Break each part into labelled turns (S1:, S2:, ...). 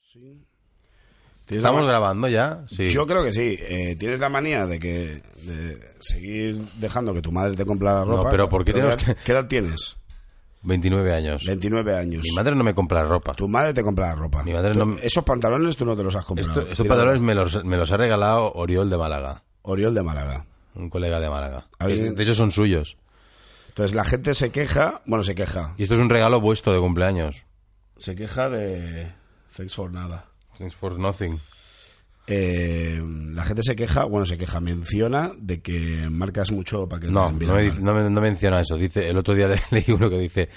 S1: Sí.
S2: ¿Estamos grabando ya? Sí.
S1: Yo creo que sí. Eh, tienes la manía de que de seguir dejando que tu madre te compra la ropa.
S2: No, pero ¿por qué
S1: ¿qué,
S2: tienes
S1: edad- qué edad tienes?
S2: 29 años.
S1: 29 años.
S2: Mi madre no me compra ropa.
S1: Tu madre te compra la ropa.
S2: Mi madre
S1: Tú-
S2: no-
S1: Esos pantalones tú no te los has comprado.
S2: Esto- estos
S1: Tira-
S2: pantalones me los, me los ha regalado Oriol de Málaga,
S1: Oriol de Málaga.
S2: un colega de Málaga.
S1: A ver,
S2: Es- De hecho, son suyos.
S1: Entonces la gente se queja, bueno, se queja.
S2: Y esto es un regalo vuestro de cumpleaños.
S1: Se queja de Thanks for nada.
S2: Thanks for nothing.
S1: Eh, la gente se queja, bueno, se queja, menciona de que marcas mucho paquete
S2: No,
S1: en
S2: no, me,
S1: Vietnam.
S2: di- no, me- no menciona eso. Dice, el otro día le- leí uno que dice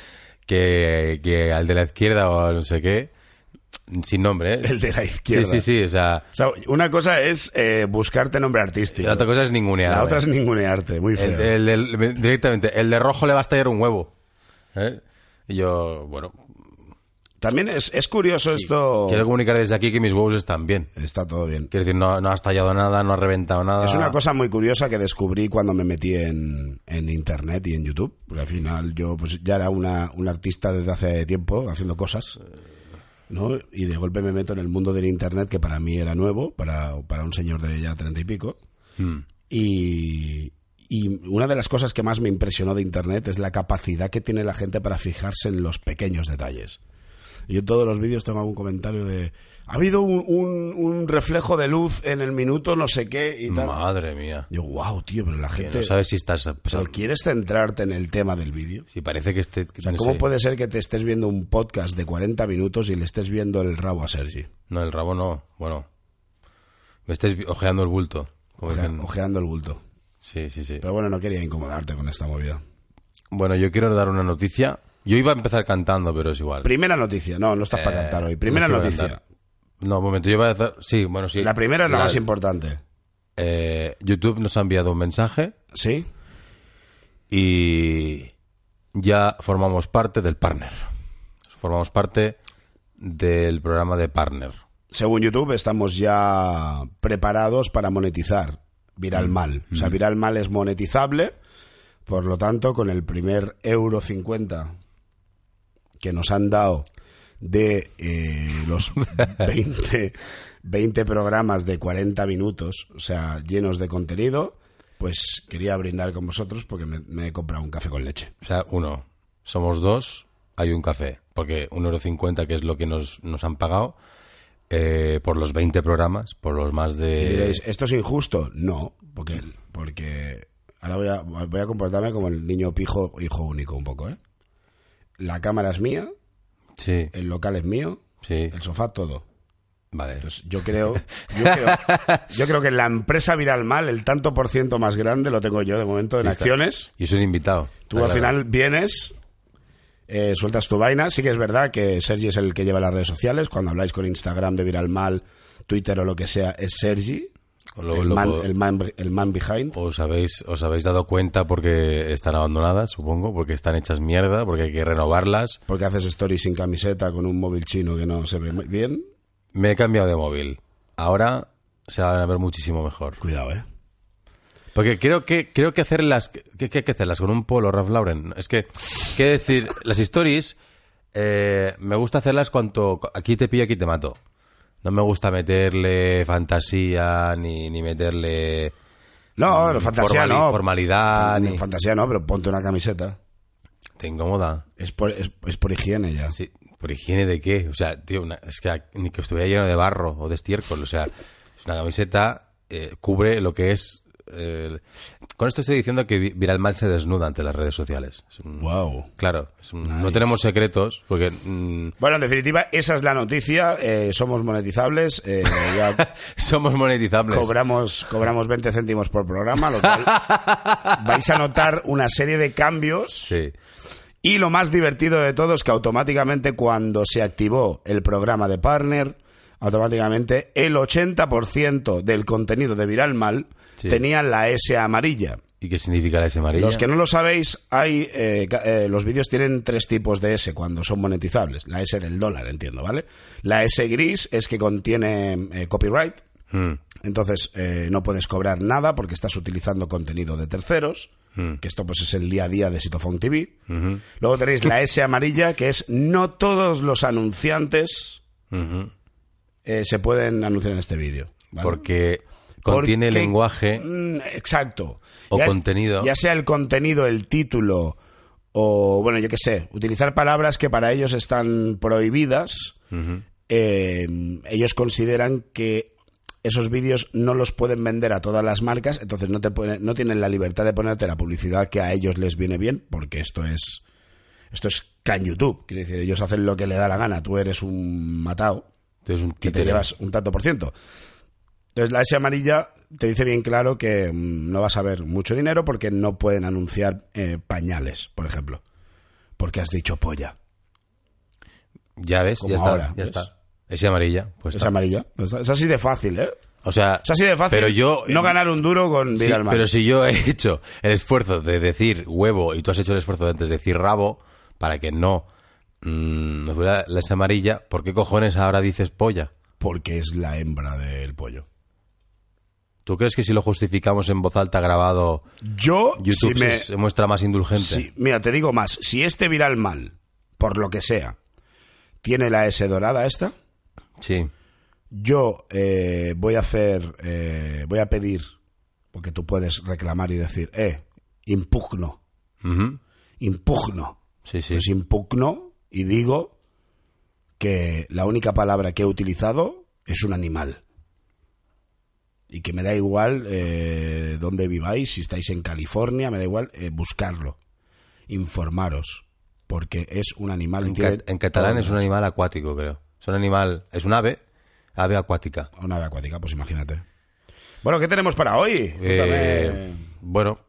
S2: que, que al de la izquierda o al no sé qué, sin nombre, ¿eh?
S1: El de la izquierda.
S2: Sí, sí, sí, o sea...
S1: O sea, una cosa es eh, buscarte nombre artístico.
S2: La otra cosa es ningunear.
S1: La otra es ningunearte, muy feo.
S2: El, el- el- directamente, el de rojo le va a estallar un huevo. ¿eh? Y yo, bueno,
S1: También es, es curioso esto.
S2: quiero comunicar desde aquí que mis huevos están bien.
S1: Está todo bien.
S2: Quiero decir, no, no ha estallado nada, no ha reventado nada.
S1: Es una cosa muy curiosa que descubrí cuando me metí en, en internet y en YouTube. Porque al final yo pues ya era una, un artista desde hace tiempo haciendo cosas. ¿no? Y de golpe me meto en el mundo del internet que para mí era nuevo, para, para un señor de ya treinta y pico. Y, y una de las cosas que más me impresionó de internet es la capacidad que tiene la gente para fijarse en los pequeños detalles. Yo en todos los vídeos tengo algún comentario de. Ha habido un, un- un reflejo de luz en el minuto, no sé qué y tal.
S2: Madre mía.
S1: Yo, wow, tío, pero la
S2: Que
S1: gente.
S2: no sabes si estás... o sea,
S1: pero ¿Quieres centrarte en el tema del vídeo?
S2: si parece que esté...
S1: O sea,
S2: no
S1: ¿cómo
S2: sé.
S1: puede ser que te estés viendo un podcast de 40 minutos y le estés viendo el rabo a Sergi?
S2: No, el rabo no. Bueno. Me estés vi- ojeando el bulto. como
S1: Oje-
S2: dicen.
S1: Ojeando el bulto.
S2: Sí, sí, sí.
S1: Pero bueno, no quería incomodarte con esta movida.
S2: Bueno, yo quiero dar una noticia. Yo iba a empezar cantando, pero es igual.
S1: Primera noticia. No, no estás para
S2: Eh,
S1: cantar hoy.
S2: no
S1: Primera
S2: quiero
S1: noticia.
S2: cantar. No, un momento, yo iba a hacer... Sí, bueno, sí.
S1: La primera es la, más importante.
S2: Eh, YouTube nos ha enviado un mensaje
S1: ¿Sí?
S2: y ya formamos parte del partner. Formamos parte del programa de partner.
S1: Según YouTube, estamos ya preparados para monetizar Viral Mal. O sea, Viral Mal es monetizable. Por lo tanto, con el primer euro 50 que nos han dado de eh, los 20, 20 programas de 40 minutos, o sea, llenos de contenido, pues quería brindar con vosotros porque me, me he comprado un café con leche.
S2: O sea, uno, somos dos, hay un café, porque 1,50€ que es lo que nos, nos han pagado eh, por los 20 programas, por los más
S1: Y
S2: de...
S1: diréis, ¿esto es injusto? No, porque, porque ahora voy a, voy a comportarme como el niño pijo, hijo único un poco, ¿eh? La cámara es mía,
S2: Sí,
S1: el local es mío,
S2: sí,
S1: el sofá todo.
S2: vale.
S1: Entonces, yo creo, yo creo, yo creo que la empresa viral mal, el tanto por ciento más grande lo tengo yo de momento en
S2: Sí, está.
S1: acciones.
S2: Yo soy un invitado.
S1: Tú al
S2: está claro.
S1: final vienes, eh, sueltas tu vaina. Sí que es verdad que Sergi es el que lleva las redes sociales. Cuando habláis con Instagram de viral mal, Twitter o lo que sea, es Sergi.
S2: O lo-
S1: el,
S2: lo-
S1: man, el man- el man behind.
S2: Os habéis, os habéis dado cuenta porque están abandonadas, supongo, porque están hechas mierda, porque hay que renovarlas.
S1: Porque haces stories sin camiseta con un móvil chino que no se ve muy bien.
S2: Me he cambiado de móvil. Ahora se van a ver muchísimo mejor.
S1: Cuidado, eh.
S2: Porque creo que creo que hacerlas que, que hay que hacerlas con un polo Ralph Lauren. Es que qué decir, las stories eh, me gusta hacerlas cuanto aquí te pillo aquí te mato. No me gusta meterle fantasía ni, ni meterle
S1: No,
S2: mm,
S1: fantasía
S2: formal-
S1: no.
S2: formalidad
S1: Ni
S2: ni
S1: Fantasía no, pero ponte una camiseta.
S2: te incomoda.
S1: Es por, es, es por higiene ya.
S2: Sí, ¿Por higiene de qué? O sea, tío, una- es que a- ni que estuviera lleno de barro o de estiércol. O sea, es una camiseta eh, cubre lo que es. eh, con esto estoy diciendo que Vi- Viral Mal se desnuda ante las redes sociales. Es un-
S1: Wow.
S2: Claro, es un-
S1: Nice.
S2: no tenemos secretos porque. mm,
S1: Bueno, en definitiva, esa es la noticia. eh, somos monetizables. eh,
S2: Pues-
S1: ya
S2: somos monetizables.
S1: cobramos, cobramos 20 céntimos por programa, lo cual vais a notar una serie de cambios.
S2: Sí.
S1: Y lo más divertido de todo es que automáticamente cuando se activó el programa de Partner, automáticamente el 80% del contenido de Viral Mal
S2: Sí.
S1: tenía la S amarilla.
S2: ¿Y qué significa la S amarilla?
S1: Los que no lo sabéis, hay eh, ca- eh, los vídeos tienen tres tipos de S cuando son monetizables. La S del dólar, entiendo, ¿vale? La S gris es que contiene eh, copyright,
S2: Mm,
S1: entonces eh, no puedes cobrar nada porque estás utilizando contenido de terceros,
S2: Mm.
S1: que esto pues es el día a día de Sitofón TV.
S2: mhm,
S1: Luego tenéis la S amarilla, que es no todos los anunciantes
S2: mhm.
S1: eh, se pueden anunciar en este vídeo. ¿vale?
S2: Porque contiene
S1: Porque-
S2: lenguaje
S1: Mm, Exacto.
S2: o contenido.
S1: Ya sea el contenido, el título o, bueno, yo qué sé, utilizar palabras que para ellos están prohibidas. Eh, ellos consideran que esos vídeos no los pueden vender a todas las marcas, entonces no, te pone- no tienen la libertad de ponerte la publicidad que a ellos les viene bien, porque esto es esto es can YouTube, quiere decir, ellos hacen lo que le da la gana, tú eres un matao
S2: es un
S1: que te
S2: títere.
S1: llevas un tanto por ciento. Entonces la S amarilla te dice bien claro que mm, no vas a ver mucho dinero porque no pueden anunciar eh, pañales, por ejemplo. Porque has dicho polla.
S2: Ya ves,
S1: Como
S2: ya está.
S1: ahora,
S2: ya
S1: ¿ves?
S2: está. Es amarilla. Pues
S1: Es
S2: está.
S1: amarilla. Es así de fácil, ¿eh?
S2: O sea,
S1: Es así de fácil.
S2: Pero yo.
S1: No ganar un duro con
S2: Sí,
S1: vida al mar.
S2: pero si yo he hecho el esfuerzo de decir huevo y tú has hecho el esfuerzo de antes decir rabo para que no mm, nos fuera la S amarilla, ¿por qué cojones ahora dices polla?
S1: Porque es la hembra del pollo.
S2: ¿Tú crees que si lo justificamos en voz alta grabado,
S1: Yo, si
S2: YouTube
S1: me,
S2: se, se muestra más indulgente?
S1: si- mira, te digo más. Si este viral mal, por lo que sea, tiene la S dorada esta,
S2: Sí.
S1: Yo eh, voy a hacer, eh, voy a pedir, porque tú puedes reclamar y decir, eh, impugno,
S2: Ujú.
S1: impugno.
S2: Sí, sí.
S1: Pues impugno y digo que la única palabra que he utilizado es un animal. Y que me da igual eh, dónde viváis, si estáis en California, me da igual eh, buscarlo, informaros, porque es un animal. y
S2: En,
S1: tiene
S2: ca- en catalán
S1: todo-
S2: es un animal acuático, creo. Es un animal, es un ave, ave acuática.
S1: Una ave acuática, pues imagínate. Bueno, ¿qué tenemos para hoy?
S2: Eh,
S1: Cuéntame.
S2: bueno,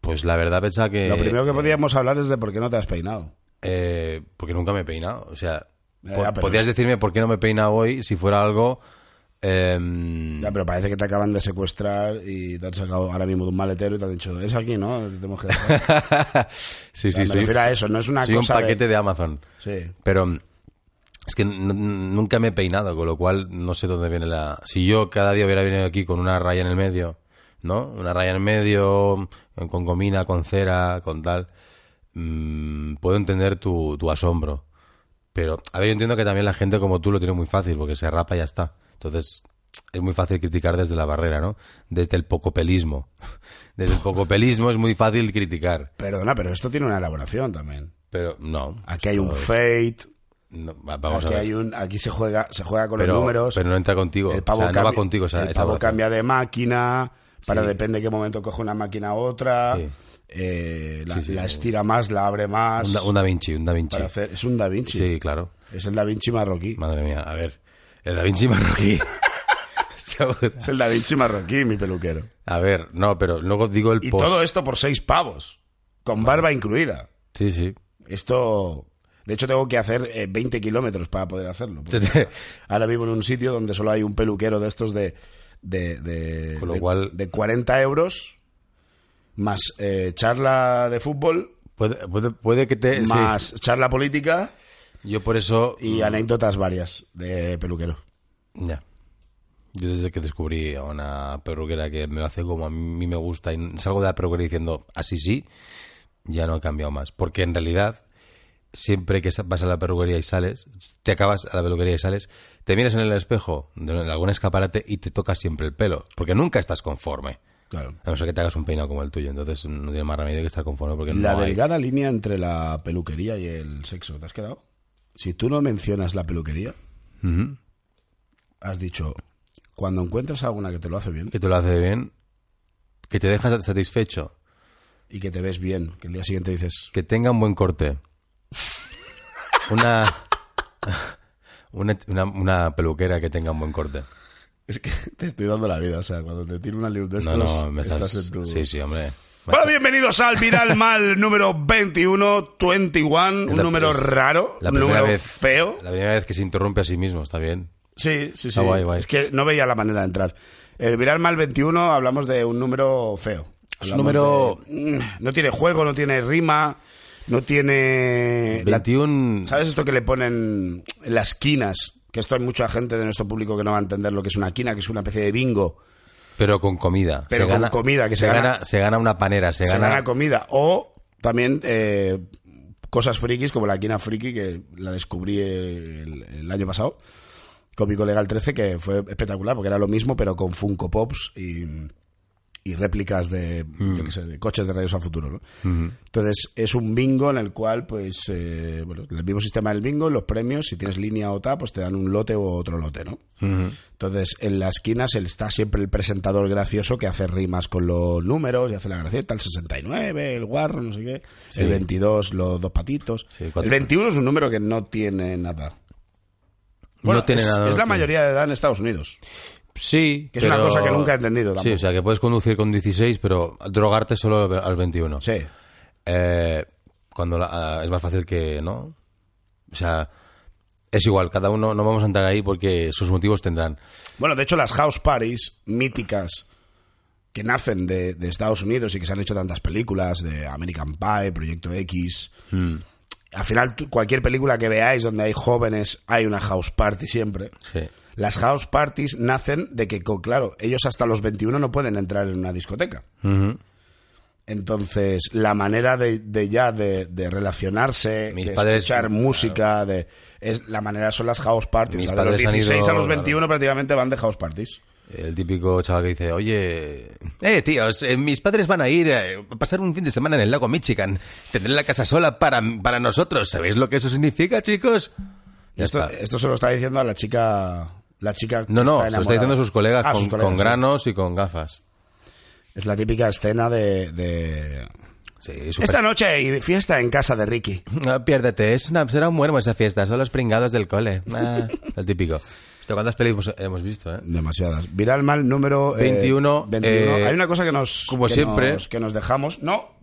S2: pues la verdad pensaba que...
S1: Lo primero que podíamos hablar es de por qué no te has peinado.
S2: Eh, porque nunca me he peinado. O sea,
S1: Ya,
S2: po-
S1: ya, pero
S2: podrías
S1: es-
S2: decirme por qué no me he peinado hoy si fuera algo. em,
S1: Ya, pero parece que te acaban de secuestrar y te han sacado ahora mismo de un maletero y te han dicho, es aquí, ¿no? Te tenemos que dejar".
S2: sí, sí,
S1: me
S2: soy,
S1: refiero a eso, no es una
S2: soy
S1: cosa
S2: un
S1: de-
S2: paquete de, Amazon.
S1: Sí.
S2: Pero mm, es que n- n- nunca me he peinado, con lo cual no sé dónde viene la. Si yo cada día hubiera venido aquí con una raya en el medio, ¿no? Una raya en el medio, mm, con gomina, con cera, con tal. mm, puedo entender tu, tu asombro. Pero, a ver, yo entiendo que también la gente como tú lo tiene muy fácil, porque se rapa y ya está. Entonces, es muy fácil criticar desde la barrera, ¿no? Desde el pocopelismo. Desde el pocopelismo es muy fácil criticar.
S1: Perdona, pero esto tiene una elaboración también.
S2: Pero, no.
S1: Aquí hay un fate,
S2: no, va- vamos
S1: aquí,
S2: a ver.
S1: hay un, aquí se juega se juega con
S2: pero,
S1: los números.
S2: pero no entra contigo.
S1: el pavo,
S2: Pues, o sea, no va
S1: cambi-
S2: contigo esa,
S1: el
S2: esa
S1: pavo
S2: evaluación.
S1: cambia de máquina, para
S2: Sí.
S1: depende de qué momento coge una máquina a otra,
S2: Sí.
S1: eh, la,
S2: Sí, sí.
S1: la estira más, la abre más.
S2: Un, Da- un Da Vinci, un Da Vinci.
S1: para hacer, es un Da Vinci.
S2: Sí, claro.
S1: Es el Da Vinci marroquí.
S2: Madre mía, a ver. El Da Vinci marroquí.
S1: Es el Da Vinci marroquí, mi peluquero.
S2: a ver, no, pero luego digo el
S1: Y
S2: post.
S1: todo esto por seis pavos, con barba incluida.
S2: Sí, sí.
S1: Esto, de hecho, tengo que hacer eh, 20 kilómetros para poder hacerlo. porque
S2: Se te-
S1: Ahora vivo en un sitio donde solo hay un peluquero de estos de, de, de,
S2: Con lo
S1: de-
S2: cual-
S1: de 40 euros, más eh, charla de fútbol,
S2: Puede, puede, puede que te... Eh, sí. Mm.
S1: más charla política
S2: Yo por eso...
S1: y anécdotas varias de peluquero.
S2: Ya. Yo desde que descubrí a una perruquera que me lo hace como a mí me gusta y salgo de la perruquera diciendo así sí, ya no he cambiado más. Porque en realidad, siempre que sa- vas a la perruquería y sales, te acabas a la peluquería y sales, te miras en el espejo de en algún escaparate y te tocas siempre el pelo. Porque nunca estás conforme.
S1: Claro.
S2: A no ser que te hagas un peinado como el tuyo. Entonces no tiene más remedio que estar conforme porque
S1: La
S2: no hay-
S1: delgada línea entre la peluquería y el sexo, ¿te has quedado? Si tú no mencionas la peluquería,
S2: Ujú.
S1: has dicho, cuando encuentras alguna que te lo hace bien
S2: Que te lo hace bien, que te deja satisfecho,
S1: y que te ves bien, que el día siguiente dices,
S2: Que tenga un buen corte. Una, una, una, una peluquera que tenga un buen corte.
S1: es que te estoy dando la vida, o sea, cuando te tiro una libre de
S2: No,
S1: estos,
S2: no, me estás...
S1: estás, en tu...
S2: Sí, sí, hombre.
S1: Bueno, bienvenidos al Viral Mal número 21, 21,
S2: Es
S1: un
S2: la-
S1: número
S2: es
S1: raro,
S2: la
S1: un
S2: primera
S1: número
S2: vez-
S1: feo.
S2: La primera vez que se interrumpe a sí mismo, está bien.
S1: Sí, sí, sí.
S2: Ah, guay, guay.
S1: Es que no veía la manera de entrar. El Viral Mal 21 hablamos de un número feo.
S2: Es
S1: Hablamos
S2: un número-
S1: de- Mm, No tiene juego, no tiene rima, no tiene... Eh, la-
S2: 21...
S1: ¿Sabes esto que le ponen en las quinas? Que esto hay mucha gente de nuestro público que no va a entender lo que es una quina, que es una especie de bingo.
S2: Pero con comida.
S1: Pero con comida, que se gana-
S2: Se gana una panera, se,
S1: Se
S2: gana...
S1: gana comida. O también eh, cosas frikis, como la quina friki, que la descubrí el, el año pasado. cómico legal 13 que fue espectacular porque era lo mismo pero con Funko Pops y, y réplicas de,
S2: Mm.
S1: yo qué sé, de coches de rayos al futuro. ¿no?
S2: Mm-hmm.
S1: Entonces es un bingo en el cual pues eh, bueno, el mismo sistema del bingo, los premios, si tienes línea o tal, pues te dan un lote o otro lote. ¿no?
S2: Mm-hmm.
S1: Entonces en las esquinas él está siempre el presentador gracioso que hace rimas con los números y hace la gracieta, el 69, el guarro, no sé qué, el 22, los dos patitos.
S2: Sí, cuatro.
S1: el 21 es un número que no tiene nada. Bueno,
S2: no tiene
S1: es,
S2: nada.
S1: es la
S2: que-
S1: mayoría de edad en Estados Unidos.
S2: Sí.
S1: que es una
S2: pero-
S1: cosa que nunca he entendido
S2: Sí,
S1: tampoco.
S2: o sea, que puedes conducir con 16, pero drogarte solo al 21.
S1: Sí.
S2: Eh, cuando la- ah, es más fácil que no. O sea, es igual, cada uno no vamos a entrar ahí porque sus motivos tendrán.
S1: Bueno, de hecho, las house parties míticas que nacen de, de Estados Unidos y que se han hecho tantas películas, de American Pie, Proyecto X.
S2: Hmm.
S1: Al final, tú- cualquier película que veáis donde hay jóvenes, hay una house party siempre.
S2: Sí.
S1: Las house parties nacen de que, co- claro, ellos hasta los 21 no pueden entrar en una discoteca.
S2: Ujú.
S1: Entonces, la manera de, de ya de, de relacionarse,
S2: Mis
S1: de
S2: padres-
S1: escuchar música, de es la manera son las house parties.
S2: Mis
S1: O sea, de los
S2: padres han ido-
S1: 16 a los 21 prácticamente van de house parties.
S2: El típico chaval que dice, oye, eh, tíos, eh, mis padres van a ir eh, a pasar un fin de semana en el lago Michigan. Tendré la casa sola para, para nosotros. ¿Sabéis lo que eso significa, chicos? Ya
S1: Esto,
S2: está.
S1: esto se lo está diciendo a la chica. La chica que
S2: No, no,
S1: está
S2: se lo está diciendo
S1: enamorada.
S2: a sus colegas,
S1: Ah,
S2: con,
S1: sus colegas,
S2: con
S1: sí.
S2: granos y con gafas.
S1: Es la típica escena de. de-
S2: Sí, súper-
S1: Esta noche hay fiesta en casa de Ricky.
S2: Ah, piérdete, es una, será un muermo esa fiesta, son los pringados del cole. Ah, el típico. Esto, ¿Cuántas películas hemos visto? eh?
S1: Demasiadas. Viral mal número eh,
S2: 21,
S1: 21.
S2: eh,
S1: Hay una cosa que nos.
S2: como
S1: que
S2: siempre.
S1: nos- que nos dejamos. ¡No!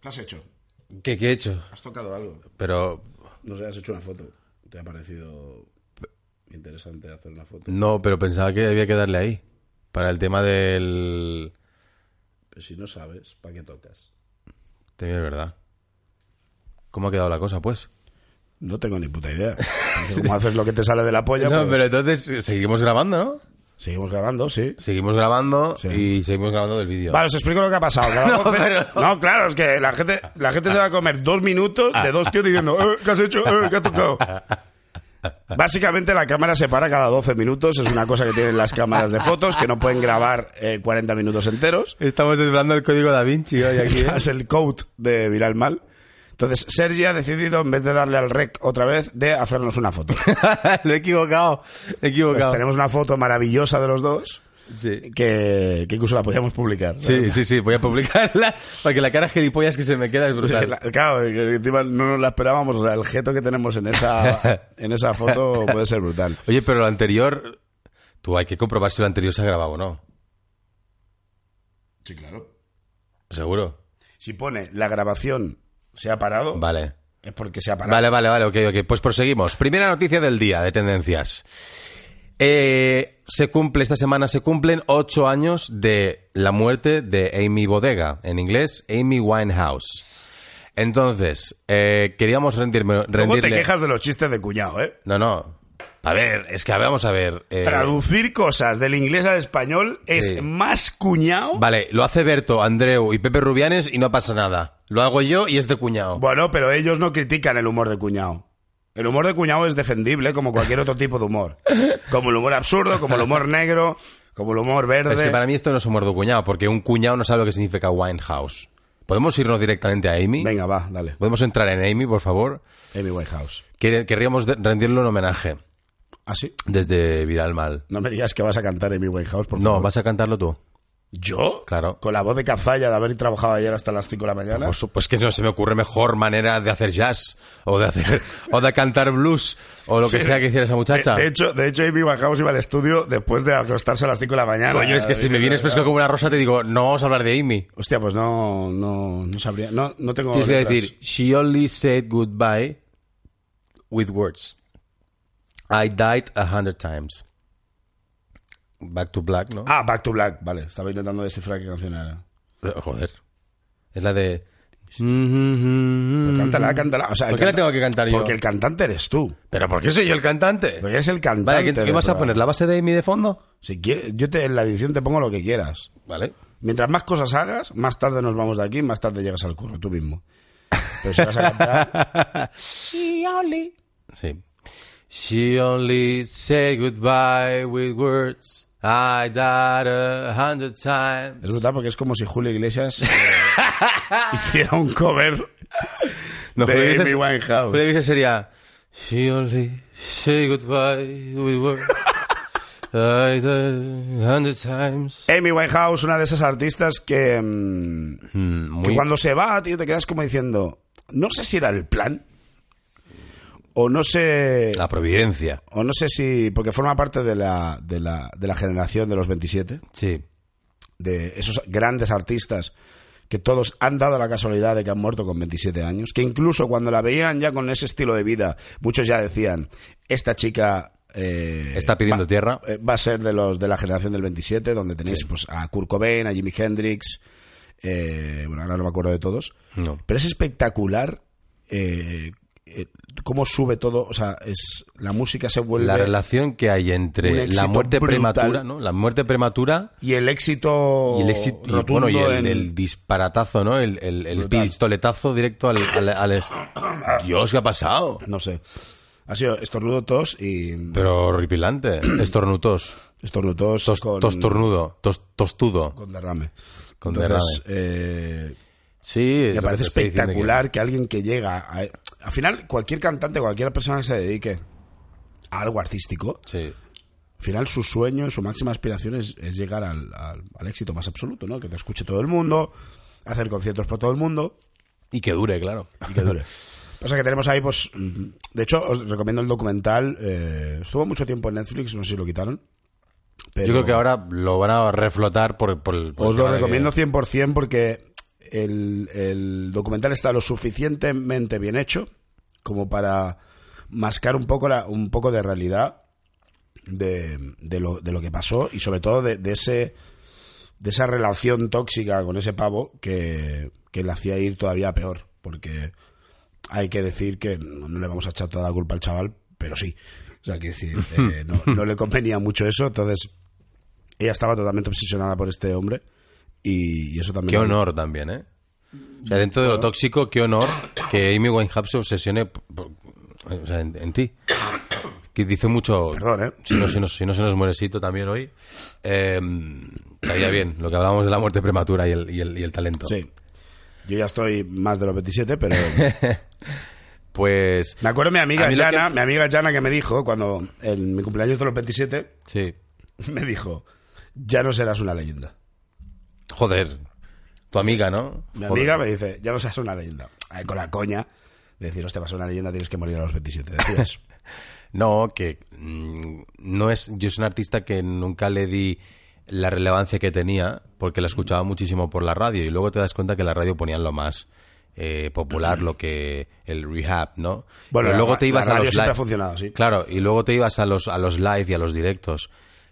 S1: ¿Qué has hecho?
S2: ¿Qué, qué he hecho?
S1: ¿Has tocado algo?
S2: Pero
S1: No sé, has hecho una foto. ¿Te ha parecido interesante hacer una foto?
S2: no, pero pensaba que había que darle ahí. Para el tema del...
S1: Pero si no sabes, ¿para qué tocas?
S2: También es verdad. ¿Cómo ha quedado la cosa, pues?
S1: No tengo ni puta idea. Como haces lo que te sale de la polla,
S2: No,
S1: pues,
S2: pero entonces seguimos grabando, ¿no?
S1: seguimos grabando, sí.
S2: Seguimos grabando
S1: Sí.
S2: y seguimos grabando del vídeo.
S1: Vale, os explico lo que ha pasado. Cada
S2: No,
S1: once-
S2: pero-
S1: No, claro, es que la gente, la gente se va a comer dos minutos de dos tíos diciendo, "Eh, ¿qué has hecho? Eh, ¿Qué has tocado? Básicamente la cámara se para cada 12 minutos, es una cosa que tienen las cámaras de fotos, que no pueden grabar eh, 40 minutos enteros.
S2: Estamos desvelando el código da Vinci hoy aquí. ¿eh?
S1: es el code de Viral Mal. Entonces, Sergi ha decidido, en vez de darle al rec otra vez, de hacernos una foto.
S2: Lo he equivocado. He
S1: Pues
S2: equivocado.
S1: tenemos una foto maravillosa de los dos,
S2: Sí.
S1: que, que incluso la podíamos publicar.
S2: Sí, sí, sí, voy a publicarla porque la cara gilipollas que se me queda es
S1: O sea,
S2: brutal.
S1: la- claro, que encima no nos la esperábamos. O sea, el geto que tenemos en esa, en esa foto puede ser brutal.
S2: Oye, pero lo anterior, tú hay que comprobar si lo anterior se ha grabado o no.
S1: Sí, claro.
S2: Seguro.
S1: Si pone la grabación se ha parado,
S2: Vale.
S1: es porque se ha parado.
S2: Vale, vale, vale, ok, ok. Pues proseguimos. Primera noticia del día de tendencias. Eh, se cumple, esta semana se cumplen ocho años de la muerte de Amy Bodega. En inglés, Amy Winehouse. Entonces, eh, queríamos rendirme,
S1: Luego te
S2: rendirle-
S1: quejas de los chistes de cuñado, ¿eh?
S2: No, no. A ver, es que vamos a ver. eh,
S1: Traducir cosas del inglés al español es
S2: Sí.
S1: más cuñado.
S2: Vale, lo hace Berto, Andreu y Pepe Rubianes y no pasa nada. Lo hago yo y es de cuñado.
S1: Bueno, pero ellos no critican el humor de cuñado. El humor de cuñado es defendible como cualquier otro tipo de humor. Como el humor absurdo, como el humor negro, como el humor
S2: Pero es
S1: verde.
S2: que para mí esto no es un muerto cuñado, porque un cuñado no sabe lo que significa Winehouse. ¿Podemos irnos directamente a Amy?
S1: Venga, va, dale.
S2: ¿Podemos entrar en Amy, por favor?
S1: Amy Winehouse.
S2: Que- Querríamos de- rendirle un homenaje
S1: ¿Ah, sí?
S2: desde Viral Mal.
S1: No me digas que vas a cantar Amy Winehouse, por
S2: No,
S1: favor.
S2: vas a cantarlo tú.
S1: ¿Yo?
S2: Claro.
S1: Con la voz de cazalla de haber trabajado ayer hasta las 5 de la mañana.
S2: Pues, pues que no se me ocurre mejor manera de hacer jazz o de hacer o de cantar blues o lo que
S1: Sí.
S2: sea que hiciera esa muchacha.
S1: De, de hecho, de hecho, Amy Winehouse iba al estudio después de acostarse a las 5 de la mañana.
S2: Coño, es que si me vienes fresco como una rosa te digo, no vamos a hablar de Amy.
S1: Hostia, pues no, no, no sabría. No, no tengo.
S2: Tienes que
S1: letras.
S2: decir, she only said goodbye with words. I died a hundred times. Back to black, ¿no?
S1: Ah, Back to Black. Vale, estaba intentando descifrar qué canción era.
S2: Pero, Eh, Joder. Es la de...
S1: Pero
S2: Pero
S1: cántala, cántala. O sea,
S2: Mm. ¿Por qué la
S1: canta-
S2: tengo que cantar yo?
S1: Porque el cantante eres tú.
S2: ¿Pero por qué soy yo el cantante?
S1: Porque eres el cantante.
S2: Vale, ¿qué, qué
S1: del
S2: vas a
S1: programa.
S2: poner? ¿La base de Amy de fondo?
S1: Si quieres, yo te, en la edición te pongo lo que quieras.
S2: Vale.
S1: Mientras más cosas hagas, más tarde nos vamos de aquí, más tarde llegas al curro, tú mismo. Pero si vas a cantar.
S2: Sí. She only said goodbye with words. I died a hundred times.
S1: Es brutal porque es como si Julio Iglesias eh, hiciera un cover
S2: No,
S1: de
S2: Julio Iglesias-
S1: Amy Winehouse.
S2: Julio Iglesias sería She only said goodbye with words. I died a hundred times.
S1: Amy Winehouse, una de esas artistas que, mm,
S2: Mm,
S1: que
S2: muy-
S1: cuando se va, tío, te quedas como diciendo, no sé si era el plan o no sé
S2: La providencia.
S1: o no sé si porque forma parte de la, de la, de la generación de los 27,
S2: Sí.
S1: de esos grandes artistas que todos han dado la casualidad de que han muerto con 27 años, que incluso cuando la veían ya con ese estilo de vida, muchos ya decían, esta chica eh,
S2: Está pidiendo
S1: va-
S2: tierra.
S1: eh, va a ser de los de la generación del 27, donde tenéis pues, a Kurt Cobain, a Jimi Hendrix, eh, bueno, ahora no me acuerdo de todos,
S2: No.
S1: pero es espectacular eh, eh, cómo sube todo, o sea, es la música se vuelve...
S2: La relación que hay
S1: Un
S2: entre la
S1: éxito
S2: muerte
S1: brutal.
S2: prematura, ¿no? La muerte prematura
S1: y el éxito
S2: y el éxito y,
S1: rotundo
S2: bueno, y el,
S1: en-
S2: el disparatazo, ¿no? El, el- el
S1: Brutal.
S2: pistoletazo directo al, al- al es- Dios, ¿qué ha pasado?
S1: No sé. Ha sido estornudo tos y
S2: Pero horripilante. Estornutos.
S1: estornudo tos
S2: Tos,
S1: con,
S2: Tostornudo. Tos- tostudo.
S1: con derrame.
S2: Con
S1: Entonces, eh,
S2: Sí, es
S1: me
S2: lo
S1: parece
S2: que te estoy diciendo
S1: espectacular que... alguien que llega a- Al final, cualquier cantante, cualquier persona que se dedique a algo artístico,
S2: que- Sí.
S1: al final su sueño, su máxima aspiración es, es llegar al, al- al éxito más absoluto, ¿no? Que te escuche todo el mundo, hacer conciertos por todo el mundo.
S2: Y que dure, claro.
S1: y que dure. Pasa que tenemos ahí, pues. mm, De hecho, os recomiendo el documental. eh, estuvo mucho tiempo en Netflix, no sé si lo quitaron. Pero
S2: Yo creo que ahora lo van a reflotar por, por el... por el
S1: Os lo
S2: tema de que-
S1: recomiendo 100% porque el, el documental está lo suficientemente bien hecho como para mascar un poco, la, un poco de realidad de, de lo, de lo que pasó y sobre todo de, de ese de esa relación tóxica con ese pavo que, que le hacía ir todavía peor porque hay que decir que no, no le vamos a echar toda la culpa al chaval pero sí o sea que decir eh, no, no le convenía mucho eso entonces ella estaba totalmente obsesionada por este hombre y, y eso también
S2: Qué honor también, ¿eh? O sea, dentro de lo tóxico, qué honor que Amy Winehouse se obsesione por- por- o sea, en, en ti. Que dice mucho...
S1: Perdón, ¿eh?
S2: Si no, si no- si no se nos muere Sito también hoy, eh, estaría bien. Lo que hablábamos de la muerte prematura y el, y el- y el talento.
S1: sí yo ya estoy más de los 27 pero
S2: Pues...
S1: me acuerdo mi
S2: A
S1: amiga
S2: mí lo
S1: Jana
S2: que-
S1: mi amiga Jana que me dijo cuando en mi cumpleaños de los 27
S2: Sí.
S1: me dijo, ya no serás una leyenda.
S2: Joder. Tu amiga, ¿no?
S1: Mi
S2: Joder.
S1: amiga me dice, ya no serás una leyenda. Ay, con la coña de decir, hostia, vas a ser una leyenda, tienes que morir a los 27. Decías,
S2: No, que mm, no es. Yo soy un artista que nunca le di la relevancia que tenía porque la escuchaba muchísimo por la radio y luego te das cuenta que la radio ponían lo más eh, popular, lo que el rehab, ¿no?
S1: Bueno,
S2: Pero
S1: la-
S2: luego te
S1: la
S2: ibas a
S1: radio
S2: los
S1: siempre
S2: live.
S1: ha funcionado, sí.
S2: Claro, y luego te ibas a los a los live y a los directos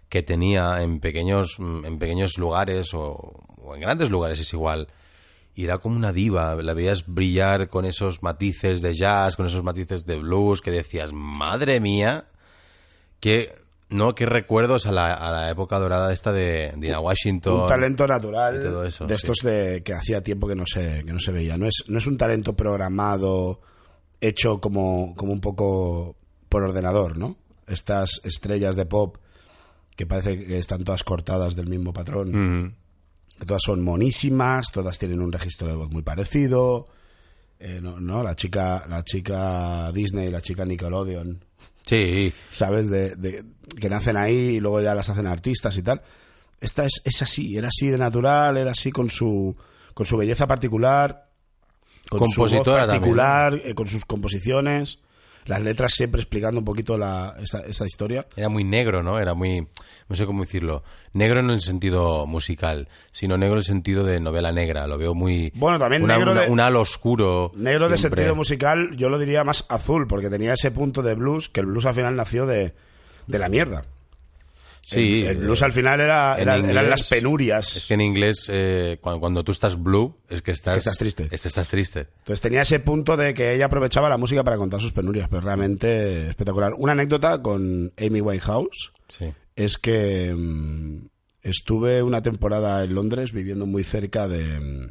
S2: que tenía en pequeños mm, en pequeños lugares o, o en grandes lugares es igual. Y era como una diva, la veías brillar con esos matices de jazz, con esos matices de blues, que decías, madre mía, que no, qué recuerdos a la, a la época dorada esta de Dina Washington.
S1: un talento
S2: y
S1: natural
S2: todo eso,
S1: de
S2: sí.
S1: estos de, que hacía tiempo que no se, que no se veía. No es, no es un talento programado, hecho como, como un poco por ordenador, ¿no? Estas estrellas de pop que parece que están todas cortadas del mismo patrón.
S2: Mm.
S1: que todas son monísimas, todas tienen un registro de voz muy parecido. Eh, no, no, la chica, la chica Disney, la chica Nickelodeon,
S2: Sí,
S1: ¿sabes? De, de- que nacen ahí y luego ya las hacen artistas y tal. Esta es, es así, era así de natural, era así con su, con su belleza particular, con su
S2: Compositora
S1: voz particular, eh, con sus composiciones, las letras siempre explicando un poquito la, esta, esta historia.
S2: era muy negro, ¿no? Era muy, no sé cómo decirlo, negro no en el sentido musical, sino negro en el sentido de novela negra, lo veo muy...
S1: Bueno, también
S2: una-
S1: negro
S2: una-
S1: de-
S2: Un halo oscuro.
S1: Negro de
S2: siempre.
S1: sentido musical, yo lo diría más azul, porque tenía ese punto de blues, que el blues al final nació de, de la mierda.
S2: Sí.
S1: El blues al final era,
S2: en
S1: era-
S2: inglés,
S1: eran las penurias.
S2: Es que en inglés, eh, cuando, cuando tú estás blue, es que estás...
S1: Estás triste.
S2: es- estás triste.
S1: Entonces tenía ese punto de que ella aprovechaba la música para contar sus penurias, pero realmente espectacular. Una anécdota con Amy Winehouse
S2: Sí.
S1: es que mm, estuve una temporada en Londres viviendo muy cerca de, mm,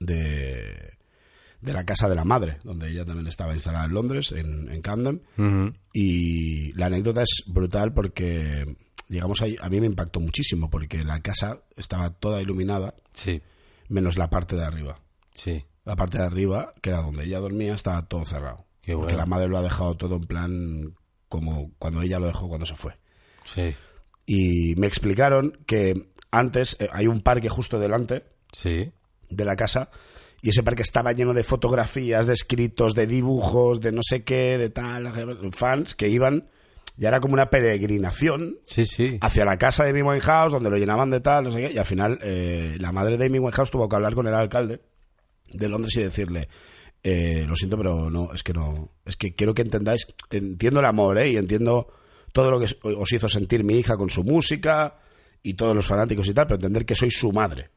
S1: de, de la casa de la madre, donde ella también estaba instalada en Londres, en, en Camden.
S2: Ujú.
S1: Y la anécdota es brutal porque llegamos ahí, a mí me impactó muchísimo porque la casa estaba toda iluminada
S2: Sí,
S1: menos la parte de arriba.
S2: sí.
S1: La parte de arriba, que era donde ella dormía, estaba todo cerrado.
S2: Qué
S1: Porque
S2: bueno.
S1: la madre lo ha dejado todo en plan como cuando ella lo dejó cuando se fue.
S2: Sí,
S1: Y me explicaron que antes eh, hay un parque justo delante
S2: sí.
S1: de la casa y ese parque estaba lleno de fotografías, de escritos, de dibujos, de no sé qué, de tal, fans que iban. Ya era como una peregrinación
S2: Sí, sí.
S1: hacia la casa de Amy Winehouse, donde lo llenaban de tal, no sé qué, y al final eh, la madre de Amy Winehouse tuvo que hablar con el alcalde de Londres y decirle, eh, lo siento, pero no, es que no, es que quiero que entendáis, entiendo el amor, ¿eh? Y entiendo todo lo que os- os hizo sentir mi hija con su música y todos los fanáticos y tal, pero entender que soy su madre.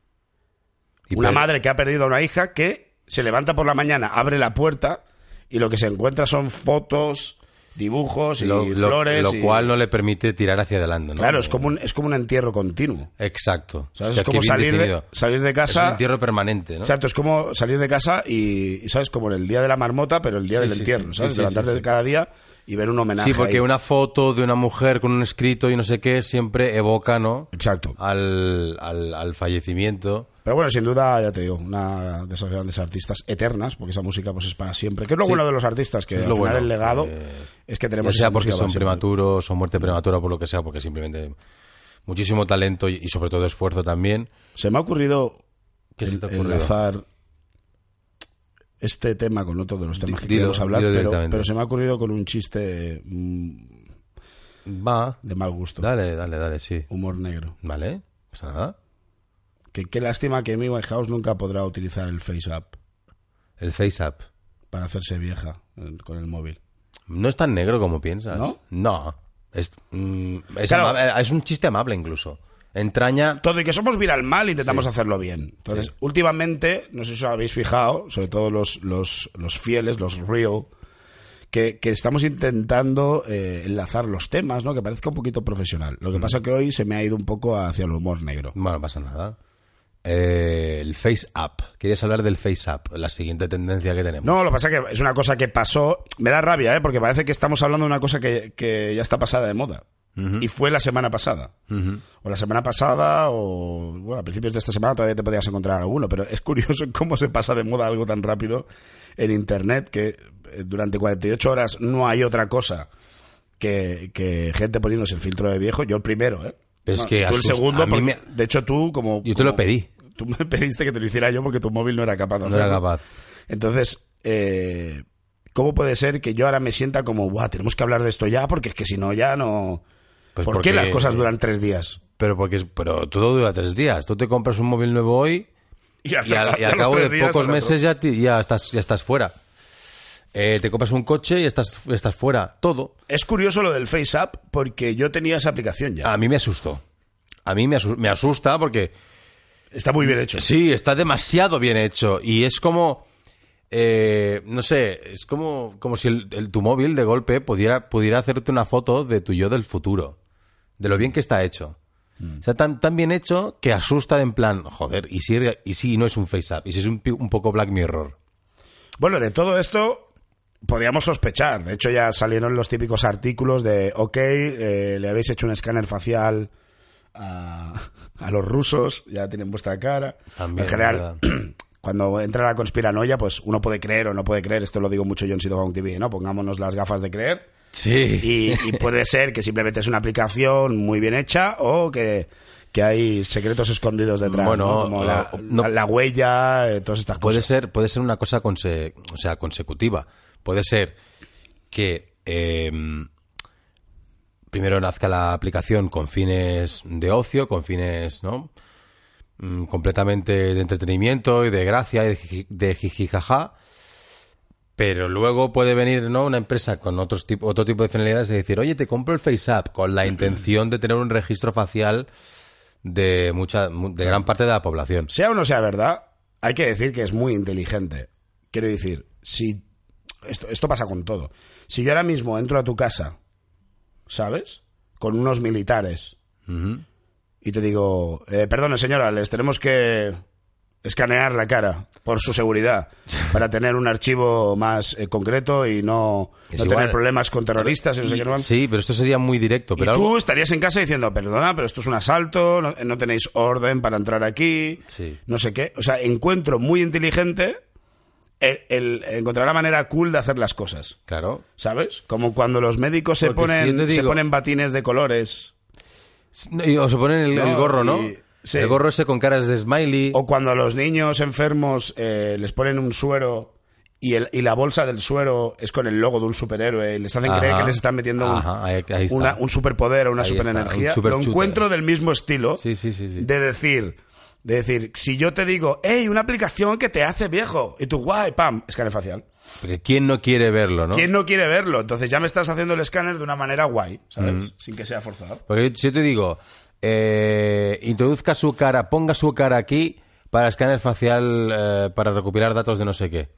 S2: Y
S1: una
S2: per-
S1: madre que ha perdido a una hija que se levanta por la mañana, abre la puerta y lo que se encuentra son fotos, dibujos y
S2: lo, lo-
S1: flores.
S2: lo
S1: y-
S2: cual no le permite tirar hacia adelante, ¿no?
S1: Claro, es como un, es como un entierro continuo.
S2: Exacto.
S1: ¿Sabes?
S2: Hostia,
S1: es como
S2: qué bien
S1: salir de,
S2: definido.
S1: salir de
S2: Es un
S1: casa.
S2: entierro permanente, ¿no?
S1: Exacto, es como salir de casa y, y, ¿sabes? Como en el día de la marmota, pero el día
S2: Sí,
S1: del
S2: sí,
S1: entierro,
S2: sí,
S1: ¿sabes?
S2: sí, sí,
S1: Levantarte
S2: sí, sí.
S1: cada día y ver un homenaje.
S2: Sí, porque
S1: ahí.
S2: una foto de una mujer con un escrito y no sé qué siempre evoca, ¿no?
S1: Exacto.
S2: Ah. Al, al, al fallecimiento.
S1: Pero bueno, sin duda, ya te digo, una de esas grandes artistas eternas, porque esa música pues es para siempre. Que es lo
S2: Sí.
S1: bueno de los artistas, que
S2: Es
S1: al
S2: lo
S1: final
S2: bueno,
S1: el legado
S2: eh,
S1: es que
S2: Ya
S1: tenemos
S2: sea
S1: esa
S2: porque
S1: música para
S2: son
S1: siempre.
S2: prematuros o muerte prematura, por lo que sea, porque simplemente muchísimo talento y, y sobre todo esfuerzo también.
S1: Se me ha ocurrido
S2: ¿Qué se te ha
S1: el-
S2: ocurrido?
S1: enlazar este tema con otro de los temas que
S2: Dilo,
S1: queríamos hablar,
S2: dilo
S1: pero,
S2: directamente.
S1: pero se me ha ocurrido con un chiste mm,
S2: Va.
S1: de mal gusto.
S2: Dale, dale, dale, sí.
S1: Humor negro.
S2: Vale. Pues nada.
S1: Que qué lástima que Amy Winehouse nunca podrá utilizar el Face App
S2: El face up.
S1: para hacerse vieja eh, con el móvil.
S2: No es tan negro como piensas.
S1: ¿No?
S2: No. Es, mm, es
S1: Claro.
S2: amable- es un chiste amable incluso. Entraña.
S1: Todo y que somos viral mal, intentamos hacerlo bien. Entonces, últimamente, no sé si os habéis fijado, sobre todo los, los, los fieles, los real, que, que estamos intentando eh, enlazar los temas, ¿no? Que parezca un poquito profesional. Lo que pasa que hoy se me ha ido un poco hacia el humor negro.
S2: Bueno, no pasa nada. Eh, el face up. Querías hablar del face up, la siguiente tendencia que tenemos.
S1: No, lo que pasa que es una cosa que pasó. Me da rabia, ¿eh? Porque parece que estamos hablando de una cosa que, que ya está pasada de moda. Y fue la semana pasada. O la semana pasada, o bueno, a principios de esta semana todavía te podías encontrar alguno. Pero es curioso cómo se pasa de moda algo tan rápido en Internet que eh, durante 48 horas no hay otra cosa que, que gente poniéndose el filtro de viejo. Yo el primero, ¿eh?
S2: Pero es
S1: No,
S2: que
S1: tú el
S2: asusta- a
S1: segundo,
S2: mí
S1: porque-
S2: me-
S1: de hecho tú como...
S2: Yo te lo
S1: como-
S2: pedí.
S1: Tú me pediste que te lo hiciera yo porque tu móvil no era capaz de
S2: No era
S1: hacerlo.
S2: capaz.
S1: Entonces, eh, ¿cómo puede ser que yo ahora me sienta como, Buah, tenemos que hablar de esto ya? Porque es que si no, ya no.
S2: Pues
S1: ¿Por qué
S2: porque-
S1: las cosas duran tres días?
S2: Pero porque es- pero todo dura tres días. Tú te compras un móvil nuevo hoy y al, y al
S1: a los
S2: cabo
S1: tres
S2: de
S1: días,
S2: pocos
S1: al otro.
S2: meses ya, ti- ya estás ya estás fuera. Eh, te compras un coche y estás estás fuera. Todo.
S1: Es curioso lo del FaceApp porque yo tenía esa aplicación ya.
S2: A mí me asustó. A mí me asu- me asusta porque
S1: Está muy bien hecho.
S2: Sí, está demasiado bien hecho. Y es como. eh, no sé, es como, como si el, el- tu móvil de golpe pudiera, pudiera hacerte una foto de tu yo del futuro. De lo bien que está hecho. O sea, tan, tan bien hecho que asusta en plan, joder, y si, y si no es un face up, y si es un, pi- un poco Black Mirror.
S1: Bueno, de todo esto podíamos sospechar. De hecho, ya salieron los típicos artículos de, ok, eh, le habéis hecho un escáner facial a, a los rusos, ya tienen vuestra cara.
S2: También,
S1: en general,
S2: ¿verdad?
S1: cuando entra la conspiranoia, pues uno puede creer o no puede creer. Esto lo digo mucho yo en Sidogong TV, ¿no? Pongámonos las gafas de creer.
S2: Sí.
S1: Y, y puede ser que simplemente es una aplicación muy bien hecha o que, que hay secretos escondidos detrás,
S2: Bueno,
S1: ¿no? como la,
S2: eh, no-
S1: la- la huella, eh, todas estas
S2: Puede
S1: cosas.
S2: ser, puede ser una cosa conse- o sea, consecutiva. Puede ser que eh, primero nazca la aplicación con fines de ocio, con fines, ¿no? Mm, completamente de entretenimiento y de gracia y de jiji- de jijijaja. Pero luego puede venir ¿no? una empresa con otros tipo, otro tipo de finalidades y decir, oye, te compro el FaceApp con la intención de tener un registro facial de mucha mu- de gran parte de la población.
S1: Sea o no sea verdad, hay que decir que es muy inteligente. Quiero decir, si esto, esto pasa con todo. Si yo ahora mismo entro a tu casa, ¿sabes? Con unos militares
S2: Ujú.
S1: y te digo, eh, perdone señora, les tenemos que escanear la cara por su seguridad, para tener un archivo más eh, concreto y no,
S2: Es
S1: no
S2: igual.
S1: tener problemas con terroristas y no sé qué. no.
S2: Sí, pero esto sería muy directo. Pero
S1: y
S2: algo...
S1: tú estarías en casa diciendo, perdona, pero esto es un asalto, no, no tenéis orden para entrar aquí,
S2: Sí.
S1: no sé qué. O sea, encuentro muy inteligente el, el- encontrar la manera cool de hacer las cosas,
S2: Claro.
S1: ¿sabes? Como cuando los médicos se
S2: Porque si
S1: ponen,
S2: yo te
S1: se
S2: digo-
S1: ponen batines de colores.
S2: No, y- O se ponen el,
S1: No,
S2: el gorro, ¿no?
S1: y- sí.
S2: El gorro ese con caras de smiley.
S1: O cuando a los niños enfermos eh, les ponen un suero y, el- y la bolsa del suero es con el logo de un superhéroe y les hacen creer
S2: Ajá.
S1: que les están metiendo un,
S2: Ajá, ahí- ahí está.
S1: una- un superpoder o una
S2: Ahí está,
S1: superenergía.
S2: un super
S1: Lo
S2: shooter.
S1: encuentro del mismo estilo
S2: Sí, sí, sí, sí.
S1: de decir... De decir, si yo te digo, hey, una aplicación que te hace viejo, y tú, guay, pam, escáner facial.
S2: Porque ¿quién no quiere verlo, no?
S1: ¿Quién no quiere verlo? Entonces ya me estás haciendo el escáner de una manera guay,
S2: Mm.
S1: ¿sabes? Sin que sea forzado.
S2: Porque yo- si yo te digo, eh, introduzca su cara, ponga su cara aquí para escáner facial eh, para recopilar datos de no sé qué.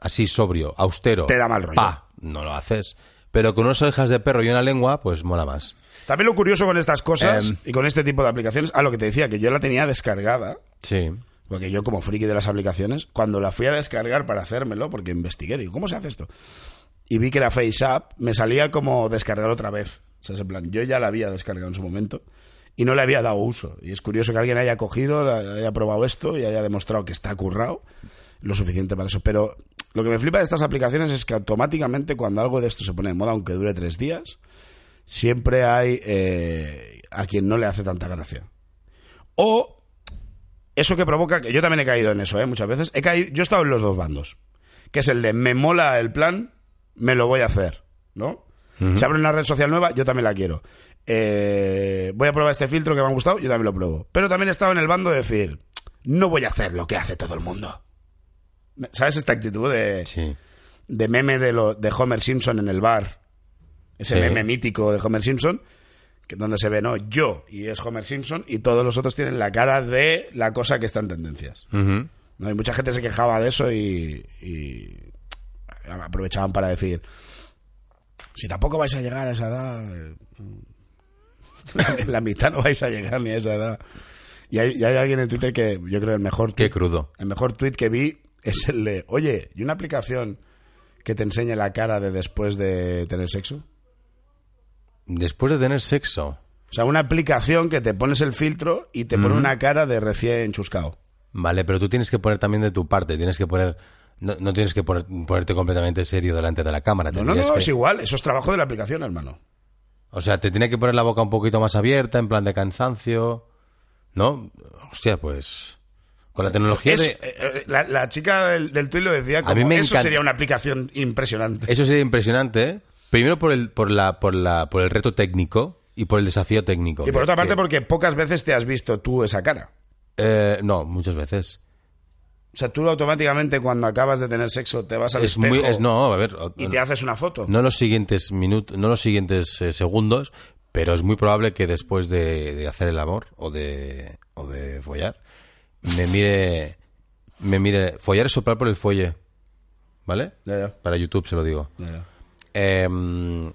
S2: Así sobrio, austero.
S1: Te da mal rollo.
S2: Pa, no lo haces. Pero con unas orejas de perro y una lengua, pues mola más.
S1: También lo curioso con estas cosas
S2: Em.
S1: y con este tipo de aplicaciones, a lo que te decía, que yo la tenía descargada.
S2: Sí.
S1: Porque yo, como friki de las aplicaciones, cuando la fui a descargar para hacérmelo, porque investigué, digo, ¿cómo se hace esto? Y vi que era FaceApp, me salía como descargar otra vez. O sea, es en plan, yo ya la había descargado en su momento y no le había dado uso. Y es curioso que alguien haya cogido, la- haya probado esto y haya demostrado que está currado lo suficiente para eso. Pero lo que me flipa de estas aplicaciones es que automáticamente cuando algo de esto se pone de moda, aunque dure tres días, siempre hay eh, a quien no le hace tanta gracia. O eso que provoca, que yo también he caído en eso, ¿eh? muchas veces. He caído, yo he estado en los dos bandos, que es el de me mola el plan, me lo voy a hacer, ¿no? Se abre una red social nueva, yo también la quiero. Eh, voy a probar este filtro que me ha gustado, yo también lo pruebo. Pero también he estado en el bando de decir, no voy a hacer lo que hace todo el mundo. ¿Sabes esta actitud de,
S2: Sí.
S1: de meme de, lo, de Homer Simpson en el bar? Ese
S2: Sí.
S1: meme mítico de Homer Simpson, que donde se ve, no, yo, y es Homer Simpson, y todos los otros tienen la cara de la cosa que está en tendencias.
S2: Ujú.
S1: ¿no? Y mucha gente se quejaba de eso y, y aprovechaban para decir, si tampoco vais a llegar a esa edad, eh, la mitad no vais a llegar ni a esa edad. Y hay, y hay alguien en Twitter que yo creo el mejor
S2: Qué
S1: tuit,
S2: crudo.
S1: el mejor tweet que vi es el de, oye, ¿y una aplicación que te enseñe la cara de después de tener sexo?
S2: Después de tener sexo.
S1: O sea, una aplicación que te pones el filtro y te pone una cara de recién chuscado.
S2: Vale, pero tú tienes que poner también de tu parte. Tienes que poner. No, no tienes que poner- ponerte completamente serio delante de la cámara.
S1: No, no, no,
S2: tendrías que-
S1: es igual, eso es trabajo de la aplicación, hermano.
S2: O sea, te tiene que poner la boca un poquito más abierta, en plan de cansancio. ¿No? Hostia, pues. Con la tecnología
S1: Eso-
S2: de.
S1: eh, eh, la, la chica del, del tuit lo decía como,
S2: mí me
S1: eso
S2: encanta-
S1: sería una aplicación impresionante.
S2: Eso sería impresionante, ¿eh? Primero por el, por la, por la, por el reto técnico y por el desafío técnico.
S1: Y por
S2: que-
S1: otra parte,
S2: que-
S1: porque pocas veces te has visto tú esa cara.
S2: eh, no, muchas veces.
S1: O sea, tú automáticamente cuando acabas de tener sexo te vas al
S2: Es
S1: espejo
S2: muy. Es, no, a ver. o-
S1: y te haces una foto.
S2: No los siguientes minutos, no los siguientes eh, segundos, pero es muy probable que después de, de hacer el amor o de, o de follar, me mire, me mire, follar es soplar por el fuelle, ¿vale?
S1: Ya, ya,
S2: Para YouTube se lo digo.
S1: ya, ya.
S2: Em,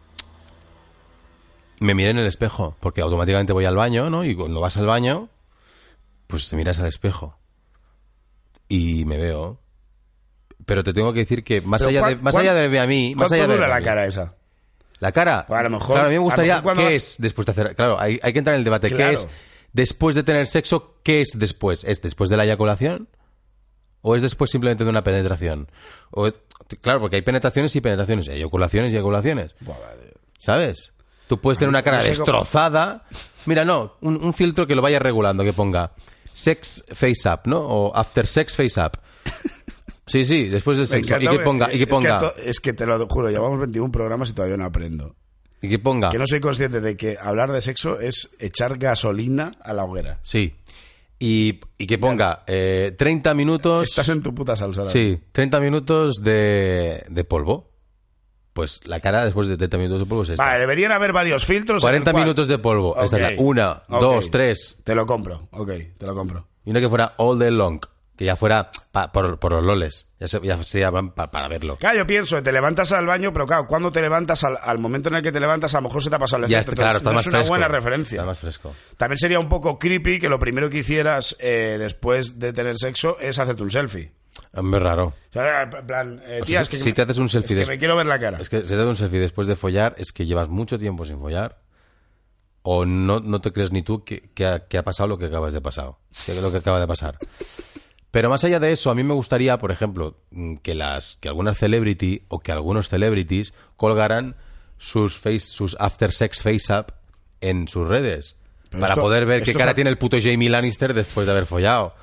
S2: me miré en el espejo, porque automáticamente voy al baño, ¿no? Y cuando vas al baño, pues te miras al espejo. Y me veo. Pero te tengo que decir que más
S1: Pero
S2: allá de,
S1: ¿cuán-
S2: más
S1: cuán-
S2: allá de verme a mí, más
S1: ¿Cuánto
S2: allá de
S1: dura
S2: verme a
S1: la
S2: mí.
S1: cara esa?
S2: La cara.
S1: Pues a lo mejor-
S2: Claro, a mí
S1: a lo
S2: me gustaría.
S1: mejor cuando
S2: ¿Qué
S1: vas-
S2: es después de hacer.? Claro, hay, hay que entrar en el debate.
S1: Claro.
S2: ¿Qué es después de tener sexo? ¿Qué es después? ¿Es después de la eyaculación? ¿O es después simplemente de una penetración? O- claro, porque hay penetraciones y penetraciones. Hay eyaculaciones y eyaculaciones. ¿Sabes? Tú puedes tener una cara
S1: no sé cómo-
S2: destrozada. Mira, no, un, un filtro que lo vaya regulando, que ponga sex face up, ¿no? O after sex face up. Sí, sí, después del
S1: Me
S2: sexo. Y
S1: encanta
S2: que
S1: porque-
S2: ponga, y que
S1: es
S2: ponga,
S1: to- Es que, te lo juro, llevamos 21 programas y todavía no aprendo.
S2: y que ponga.
S1: Que no soy consciente de que hablar de sexo es echar gasolina a la hoguera.
S2: Sí. Y, y que ponga eh, 30 minutos.
S1: Estás en tu puta salsa. la
S2: Sí, 30 minutos de, de polvo. Pues la cara después de 30 minutos de polvo es esta.
S1: Vale, deberían haber varios filtros. en el
S2: 40
S1: cual-
S2: minutos de polvo. Esta es la
S1: Ok,
S2: una,
S1: ok.
S2: dos, tres.
S1: Te lo compro, ok, te lo compro.
S2: Y una que fuera all day long. Que ya fuera pa- por, por los loles. Ya, se, ya sería pa- para verlo.
S1: Claro, yo pienso, te levantas al baño, pero claro, cuando te levantas, al, al momento en el que te levantas, a lo mejor se te ha pasado el
S2: Ya
S1: efecto.
S2: está, claro,
S1: Entonces,
S2: está
S1: no es
S2: más
S1: una
S2: fresco.
S1: buena referencia.
S2: Está más fresco.
S1: También sería un poco creepy que lo primero que hicieras eh, después de tener sexo es hacerte un selfie.
S2: Hombre, raro.
S1: O sea, en plan, eh,
S2: O
S1: tía,
S2: sea,
S1: es que
S2: si te haces un selfie
S1: es
S2: des-
S1: que me quiero ver la cara.
S2: Es que se te da un selfie después de follar, es que llevas mucho tiempo sin follar. O no, no te crees ni tú que, que ha, que ha pasado lo que acabas de pasar. Que lo que acaba de pasar. Pero más allá de eso, a mí me gustaría, por ejemplo, mm, que las que algunas celebrity o que algunos celebrities colgaran sus face, sus after sex face up en sus redes
S1: Pero
S2: para
S1: esto-
S2: poder ver
S1: esto
S2: qué cara
S1: es-
S2: tiene el puto Jamie Lannister después de haber follado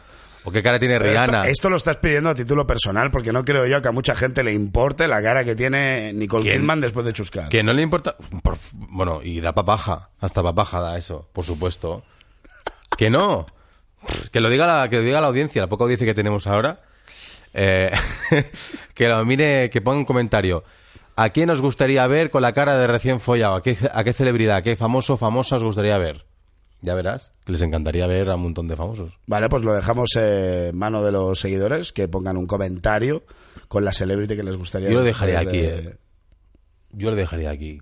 S2: o qué cara tiene
S1: Pero
S2: Rihanna.
S1: Esto, esto lo estás pidiendo a título personal porque no creo yo que a mucha gente le importe la cara que tiene Nicole
S2: ¿Quién?
S1: Kidman después de chuscar.
S2: Que no le importa. por f- bueno, y da papaja. Hasta papaja da eso, por supuesto. Que no. Pff, Que lo diga la, que lo diga la audiencia, la poca audiencia que tenemos ahora. Eh, que lo mire, que ponga un comentario. ¿A quién os gustaría ver con la cara de recién follado? ¿A qué, a qué celebridad, a qué famoso, famosa os gustaría ver? Ya verás, que les encantaría ver a un montón de famosos.
S1: Vale, pues lo dejamos eh, en mano de los seguidores que pongan un comentario con la celebrity que les gustaría.
S2: Yo lo dejaría
S1: desde-
S2: aquí, eh. Yo lo dejaría aquí.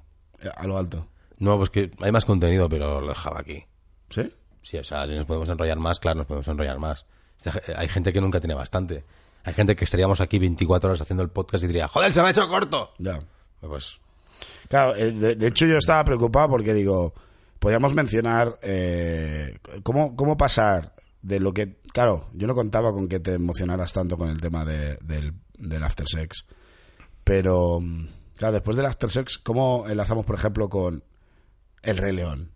S1: A lo alto.
S2: No, pues que hay más contenido, pero lo dejaba aquí.
S1: ¿Sí?
S2: Sí, o sea, si nos podemos enrollar más, claro, nos podemos enrollar más. Esta ge- eh, Hay gente que nunca tiene bastante. Hay gente que estaríamos aquí 24 horas haciendo el podcast y diría, joder, se me ha hecho corto.
S1: Ya.
S2: Pues
S1: Claro, eh, de, de hecho yo estaba preocupado porque digo, podríamos mencionar eh, cómo, cómo pasar de lo que... Claro, yo no contaba con que te emocionaras tanto con el tema de- del, del after sex, pero mm, claro, después del after sex, ¿cómo enlazamos, por ejemplo, con El Rey León?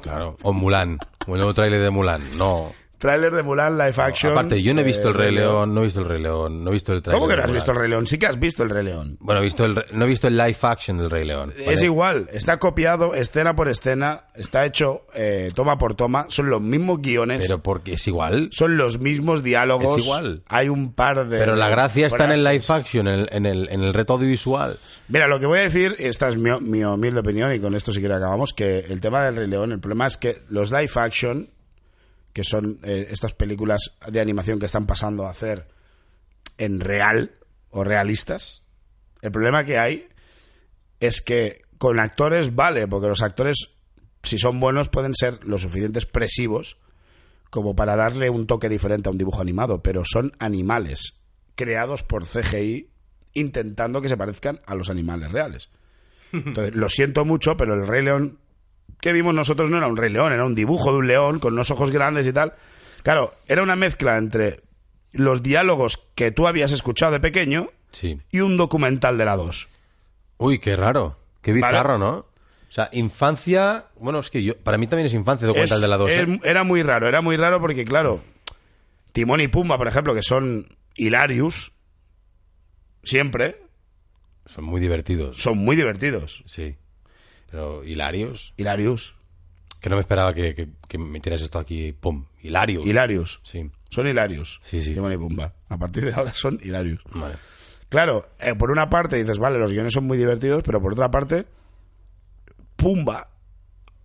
S2: claro. O Mulan, o el nuevo tráiler de Mulan. No.
S1: Trailer de Mulan, live action...
S2: Aparte, yo no he
S1: eh,
S2: visto el Rey León, no he visto el Rey León, no he visto el tráiler.
S1: ¿Cómo que
S2: de
S1: no has
S2: Mulan.
S1: visto El Rey León? Sí que has visto El Rey León.
S2: Bueno, he visto el, re- no he visto el live action del Rey León.
S1: Es
S2: Vale.
S1: igual, está copiado escena por escena, está hecho eh, toma por toma, son los mismos guiones.
S2: Pero porque es igual.
S1: son los mismos diálogos.
S2: Es igual.
S1: Hay un par de.
S2: Pero la gracia está en el
S1: frases.
S2: live action, en el, en el, en el reto audiovisual.
S1: Mira, lo que voy a decir, esta es mi, mi humilde opinión y con esto sí que acabamos, que el tema del Rey León, el problema es que los live action, que son eh, estas películas de animación que están pasando a hacer en real o realistas, el problema que hay es que con actores vale, porque los actores, si son buenos, pueden ser lo suficiente expresivos como para darle un toque diferente a un dibujo animado, pero son animales creados por CGI intentando que se parezcan a los animales reales. Entonces, lo siento mucho, pero el Rey León que vimos nosotros no era un Rey León, era un dibujo de un león con unos ojos grandes y tal. Claro, era una mezcla entre los diálogos que tú habías escuchado de pequeño
S2: Sí.
S1: y un documental de la 2.
S2: Uy, qué raro. Qué
S1: Vale.
S2: bizarro, ¿no? O sea, infancia. Bueno, es que yo. Para mí también es infancia documental
S1: Es-
S2: de la ¿eh? 2.
S1: es- Era muy raro, era muy raro porque, claro, Timón y Pumba, por ejemplo, que son hilarious, siempre,
S2: Son muy divertidos.
S1: son muy divertidos.
S2: Sí. Pero hilarios.
S1: Hilarious,
S2: Que no me esperaba que, que, que metieras esto aquí. ¡Pum! Hilarios.
S1: hilarious,
S2: sí.
S1: son hilarious.
S2: Sí, sí.
S1: Timón y Pumba. A partir de ahora son hilarious.
S2: Vale.
S1: Claro, eh, por una parte dices, vale, los guiones son muy divertidos, pero por otra parte, Pumba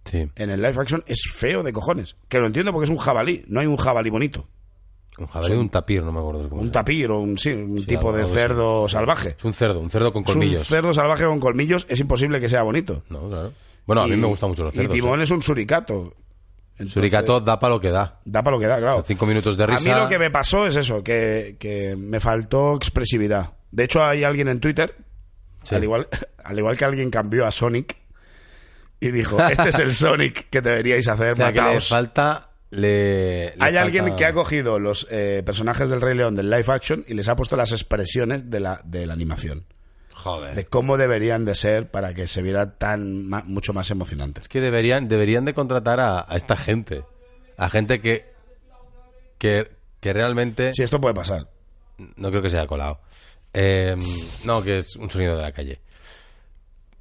S2: Sí.
S1: en el live action es feo de cojones. Que lo entiendo porque es un jabalí, no hay un jabalí bonito.
S2: Un jabalí o un tapir, no me acuerdo cómo
S1: Un
S2: se llama.
S1: tapir o un, sí, un
S2: Sí,
S1: tipo de
S2: algo así.
S1: cerdo salvaje.
S2: Es un cerdo, un cerdo con
S1: Es un
S2: colmillos.
S1: cerdo salvaje con colmillos, es imposible que sea bonito.
S2: No, claro. Bueno, a mí
S1: Y-
S2: me gustan mucho los cerdos.
S1: Y Timón es un suricato.
S2: ¿eh? Suricato da para lo que da.
S1: Da para lo que da, claro.
S2: Son cinco minutos de risa.
S1: A mí lo que me pasó es eso, que, que me faltó expresividad. De hecho, hay alguien en Twitter,
S2: Sí.
S1: al, igual, al igual que alguien cambió a Sonic y dijo, este es el Sonic que deberíais hacer,
S2: O sea, que le
S1: mataos".
S2: falta. Le, le
S1: Hay alguien
S2: falta-
S1: que ha cogido los eh, personajes del Rey León del live action y les ha puesto las expresiones de la, de la animación.
S2: Joder.
S1: De cómo deberían de ser para que se viera tan ma- mucho más emocionante.
S2: Es que deberían, deberían de contratar a, a esta gente. A gente que, que, que realmente...
S1: Sí, esto puede pasar.
S2: No creo que sea colado. Eh, no, que es un sonido de la calle.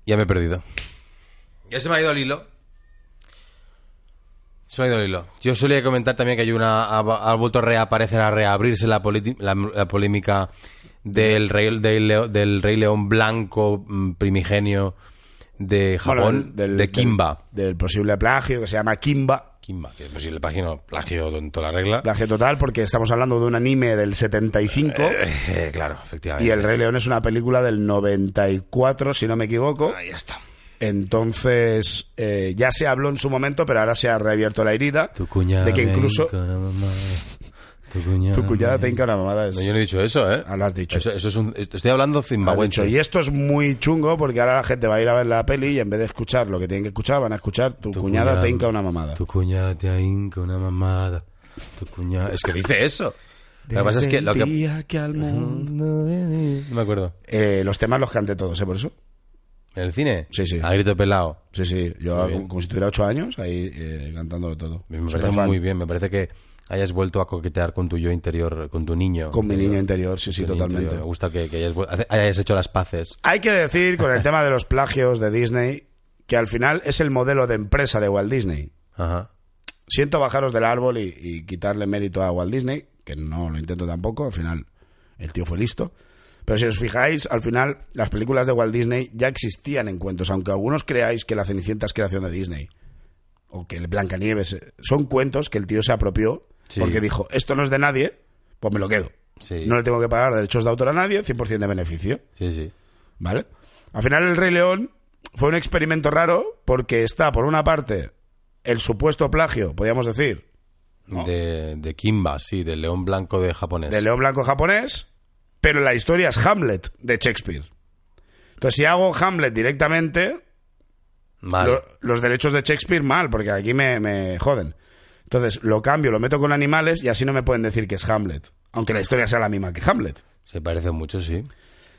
S2: Ya me he perdido. Ya se me ha ido el hilo. Se me ha ido el hilo. Yo solía comentar también que hay una... Ha, ha vuelto a reaparecer, a reabrirse la, politi- la, la polémica del rey, del, Leo- del rey león blanco mm, primigenio de Japón
S1: Bueno, del-
S2: de Kimba.
S1: Del, del posible plagio que se llama Kimba.
S2: Kimba, que pues, es posible plagio, plagio en toda la regla.
S1: Plagio total porque estamos hablando de un anime del 75
S2: Eh, claro, efectivamente.
S1: y El Rey León es una película del 94, si no me equivoco.
S2: Ahí ya está.
S1: Entonces, eh, ya se habló en su momento, pero ahora se ha reabierto la herida de que incluso
S2: Tu cuñada,
S1: tu cuñada te hinca una mamada. es-
S2: No, yo no he dicho eso, ¿eh?
S1: Ah, lo has dicho.
S2: Eso, eso es un... Estoy hablando
S1: Has dicho,
S2: zimbabuense.
S1: Y esto es muy chungo porque ahora la gente va a ir a ver la peli y en vez de escuchar lo que tienen que escuchar, van a escuchar tu, cuñada, te hinca una mamada.
S2: Tu cuñada te hinca una mamada. Tu cuñada... Es que dice eso. Lo que pasa es
S1: Desde
S2: que...
S1: el
S2: Lo que...
S1: día que al mundo-
S2: No me acuerdo.
S1: Eh, los temas los canté todos, ¿eh? Por eso.
S2: ¿En el cine?
S1: Sí, sí.
S2: A grito pelado.
S1: Sí, sí. Yo,
S2: Muy bien.
S1: como si tuviera ocho años, ahí eh, cantándolo todo.
S2: Me parece
S1: Superfan.
S2: muy bien. Me parece que hayas vuelto a coquetear con tu yo interior, con tu niño.
S1: Con mi
S2: interior.
S1: niño interior, sí, sí,
S2: Tu niño
S1: totalmente.
S2: interior. Me gusta que, que hayas, vuel- hayas hecho las paces.
S1: Hay que decir, con el tema de los plagios de Disney, que al final es el modelo de empresa de Walt Disney.
S2: Ajá.
S1: siento bajaros del árbol y, y quitarle mérito a Walt Disney, que no lo intento tampoco, al final el tío fue listo. Pero si os fijáis, al final las películas de Walt Disney ya existían en cuentos, aunque algunos creáis que La Cenicienta es creación de Disney o que el Blancanieves eh, son cuentos que el tío se apropió
S2: Sí.
S1: porque dijo, esto no es de nadie, pues me lo quedo.
S2: Sí.
S1: No le tengo que pagar derechos de autor a nadie, 100% de beneficio.
S2: Sí, sí.
S1: ¿Vale? Al final el Rey León fue un experimento raro porque está, por una parte, el supuesto plagio, podríamos decir, ¿no?
S2: De, de Kimba, sí, del león blanco de japonés.
S1: de León Blanco japonés, pero la historia es Hamlet de Shakespeare. Entonces, si hago Hamlet directamente,
S2: Mal.
S1: lo- los derechos de Shakespeare mal, porque aquí me, me joden. Entonces, lo cambio, lo meto con animales y así no me pueden decir que es Hamlet, aunque la historia sea la misma que Hamlet.
S2: Se parece mucho, sí.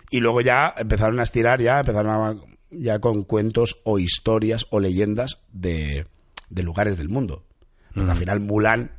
S1: Y luego ya empezaron a estirar, ya empezaron a- ya con cuentos o historias o leyendas de, de lugares del mundo. Porque al final Mulan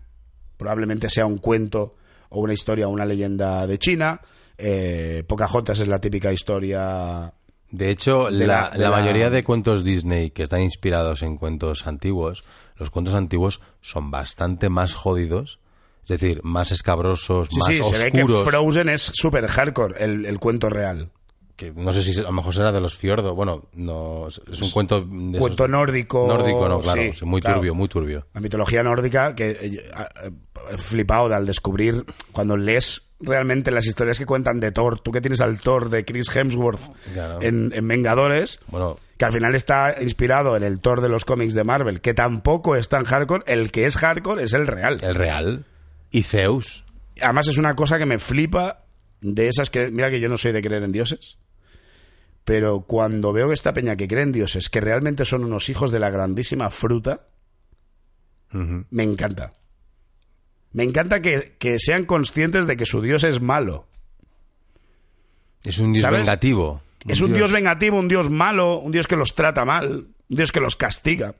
S1: probablemente sea un cuento o una historia o una leyenda de China. Eh, Pocahontas es la típica historia...
S2: De hecho,
S1: De la-
S2: la,
S1: de
S2: la
S1: la-
S2: mayoría de cuentos Disney que están inspirados en cuentos antiguos, los cuentos antiguos son bastante más jodidos, es decir, más escabrosos,
S1: Sí,
S2: más
S1: sí, se ve que
S2: oscuros.
S1: Frozen es super hardcore, el, el cuento real.
S2: que no sé si a lo mejor será de los fiordos. Bueno, no es un cuento de
S1: Cuento
S2: esos-
S1: nórdico.
S2: nórdico, no, claro,
S1: sí,
S2: sí, muy
S1: claro.
S2: turbio, muy turbio.
S1: La mitología nórdica, que eh, yo, ah, eh, he flipado de al descubrir, cuando lees realmente las historias que cuentan de Thor, tú que tienes al Thor de Chris Hemsworth
S2: Claro.
S1: en, en Vengadores,
S2: Bueno,
S1: que al final está inspirado en el Thor de los cómics de Marvel, que tampoco es tan hardcore, el que es hardcore es el real.
S2: el real y Zeus.
S1: Además es una cosa que me flipa de esas que... Mira que yo no soy de creer en dioses. Pero cuando veo que esta peña que cree en dioses, que realmente son unos hijos de la grandísima fruta,
S2: Ujú.
S1: me encanta. Me encanta que, que sean conscientes de que su dios es malo.
S2: Es un dios
S1: ¿Sabes?
S2: vengativo.
S1: es un dios. vengativo, un dios malo, un dios que los trata mal, un dios que los castiga.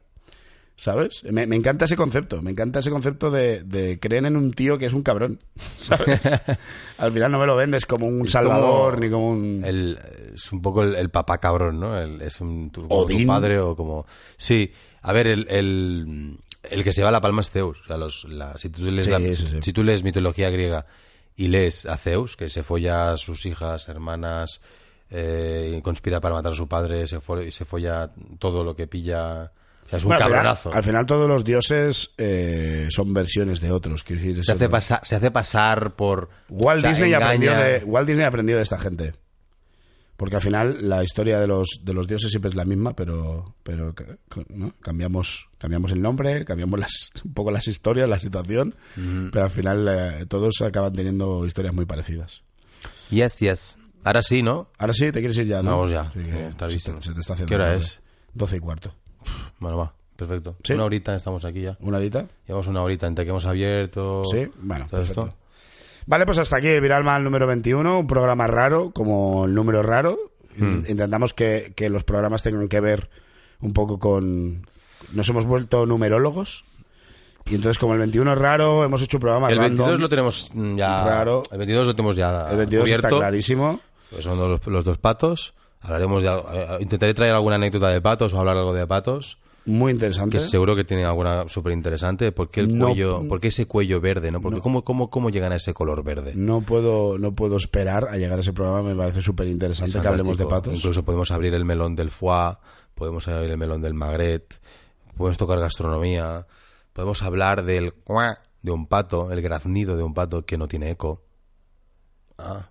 S1: ¿Sabes? Me, me encanta ese concepto. Me encanta ese concepto de, de creen en un tío que es un cabrón. ¿Sabes? Al final no me lo vendes como un salvador
S2: como
S1: ni como un.
S2: El- es un poco el, el papá cabrón, ¿no? El- es un tu, como tu
S1: Odín.
S2: padre o como... Sí, a ver, el, el, el que se va la palma es Zeus. O sea, los, la- si, tú lees
S1: Sí,
S2: la-
S1: sí, sí.
S2: si tú lees mitología griega y lees a Zeus, que se folla a sus hijas, hermanas, eh, y conspira para matar a su padre, se, fo- se folla todo lo que pilla... O sea, es un
S1: Bueno, al final-
S2: cabronazo.
S1: Al final, todos los dioses eh, son versiones de otros. Quiero decir, es
S2: se, hace
S1: otro-
S2: pasa- se hace pasar por...
S1: Walt,
S2: o sea,
S1: Disney aprendió
S2: engaña.
S1: de, Walt Disney aprendió de esta gente. Porque al final la historia de los, de los dioses siempre es la misma, pero, pero ca- co- ¿no? cambiamos, cambiamos el nombre, cambiamos las, un poco las historias, la situación, pero al final eh, todos acaban teniendo historias muy parecidas.
S2: Yes, yes. Ahora sí, ¿no?
S1: Ahora sí, te quieres ir ya, ¿no?
S2: Vamos ya,
S1: Sí, que
S2: que está
S1: se,
S2: listo.
S1: te, se te está haciendo
S2: ¿Qué hora
S1: tarde.
S2: es?
S1: 12 y cuarto.
S2: Bueno, va, perfecto.
S1: ¿Sí?
S2: Una horita estamos aquí ya.
S1: ¿Una horita?
S2: Llevamos una horita entre que hemos abierto.
S1: Sí, bueno,
S2: todo esto.
S1: perfecto. Vale, pues hasta aquí Viralma el número 21, un programa raro, como el número raro.
S2: Hmm.
S1: Int- Intentamos que, que los programas tengan que ver un poco con... Nos hemos vuelto numerólogos. Y entonces, como el 21 es raro, hemos hecho un programa
S2: El
S1: random.
S2: 22 lo tenemos mm, ya.
S1: Raro.
S2: El 22 lo tenemos ya.
S1: El 22
S2: cubierto.
S1: está clarísimo.
S2: Pues son los, los dos patos. Hablaremos de. algo- eh, Intentaré traer alguna anécdota de patos o hablar algo de patos.
S1: muy interesante.
S2: Que seguro que tiene alguna súper interesante. ¿Por qué el
S1: No.
S2: cuello, por qué ese cuello verde, no? Porque
S1: No.
S2: ¿cómo, cómo, cómo llegan a ese color verde?
S1: No puedo, no puedo esperar a llegar a ese programa, me parece súper interesante que hablemos de
S2: Fantástico.
S1: patos.
S2: Incluso podemos abrir el melón del foie, podemos abrir el melón del magret, podemos tocar gastronomía, podemos hablar del cuá de un pato, el graznido de un pato que no tiene eco. Ah.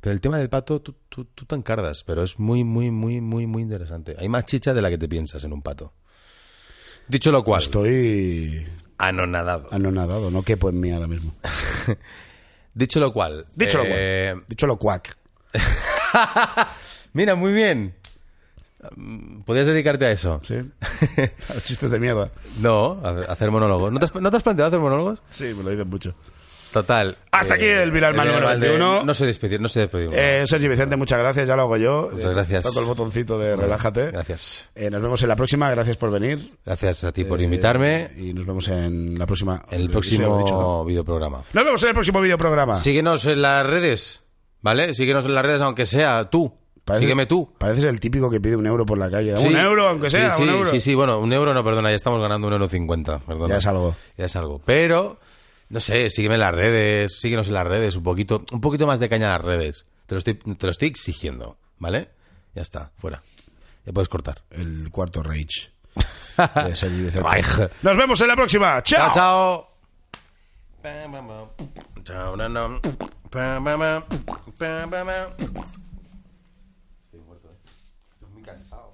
S2: Pero el tema del pato, tú, tú, tú te encargas, pero es muy, muy, muy, muy, muy interesante. Hay más chicha de la que te piensas en un pato. Dicho lo cual,
S1: Estoy
S2: anonadado.
S1: anonadado, no quepo en mí ahora mismo.
S2: Dicho lo cual.
S1: Dicho lo
S2: eh,
S1: cual. Dicho lo cuac.
S2: Mira, muy bien. Mm, Podías dedicarte a eso.
S1: Sí. A los chistes de mierda.
S2: No, a- hacer monólogos. ¿No te has, no te has planteado hacer monólogos?
S1: Sí, me lo dicen mucho.
S2: Total.
S1: Hasta aquí el Viral Manuel
S2: Viral de-
S1: 91.
S2: No se despedir, no se despedir.
S1: Eh, Sergi Vicente, muchas gracias, ya lo hago yo.
S2: Muchas
S1: Eh,
S2: gracias.
S1: Toco el botoncito de relájate.
S2: Gracias.
S1: Eh, nos vemos en la próxima, gracias por venir.
S2: Gracias a ti por
S1: Eh,
S2: invitarme
S1: Y nos vemos en la próxima.
S2: en el
S1: lo he dicho, ¿no?
S2: próximo videoprograma.
S1: Nos vemos en el próximo videoprograma.
S2: Síguenos en las redes, ¿vale? Síguenos en las redes, aunque sea tú.
S1: Parece-
S2: Sígueme tú.
S1: Pareces el típico que pide un euro por la calle.
S2: Sí.
S1: Un euro, aunque sea,
S2: Sí, sí,
S1: un euro.
S2: Sí, sí, bueno, un euro no, perdona, ya estamos ganando un euro cincuenta, perdona.
S1: Ya es algo.
S2: Ya es algo. Pero, no sé, sígueme en las redes, síguenos en las redes un poquito, un poquito más de caña en las redes. Te lo estoy, te lo estoy exigiendo, ¿vale? Ya está, fuera. Ya puedes cortar.
S1: El cuarto Rage. de Sergi Vicente.
S2: Ay, je.
S1: Nos vemos en la próxima.
S2: Chao,
S1: ¡Chao!
S2: chao. Pam, pam, pam. Chao, na, na. Pam, pam, pam. Pam, pam, pam. Estoy muerto, ¿eh? Estoy muy cansado.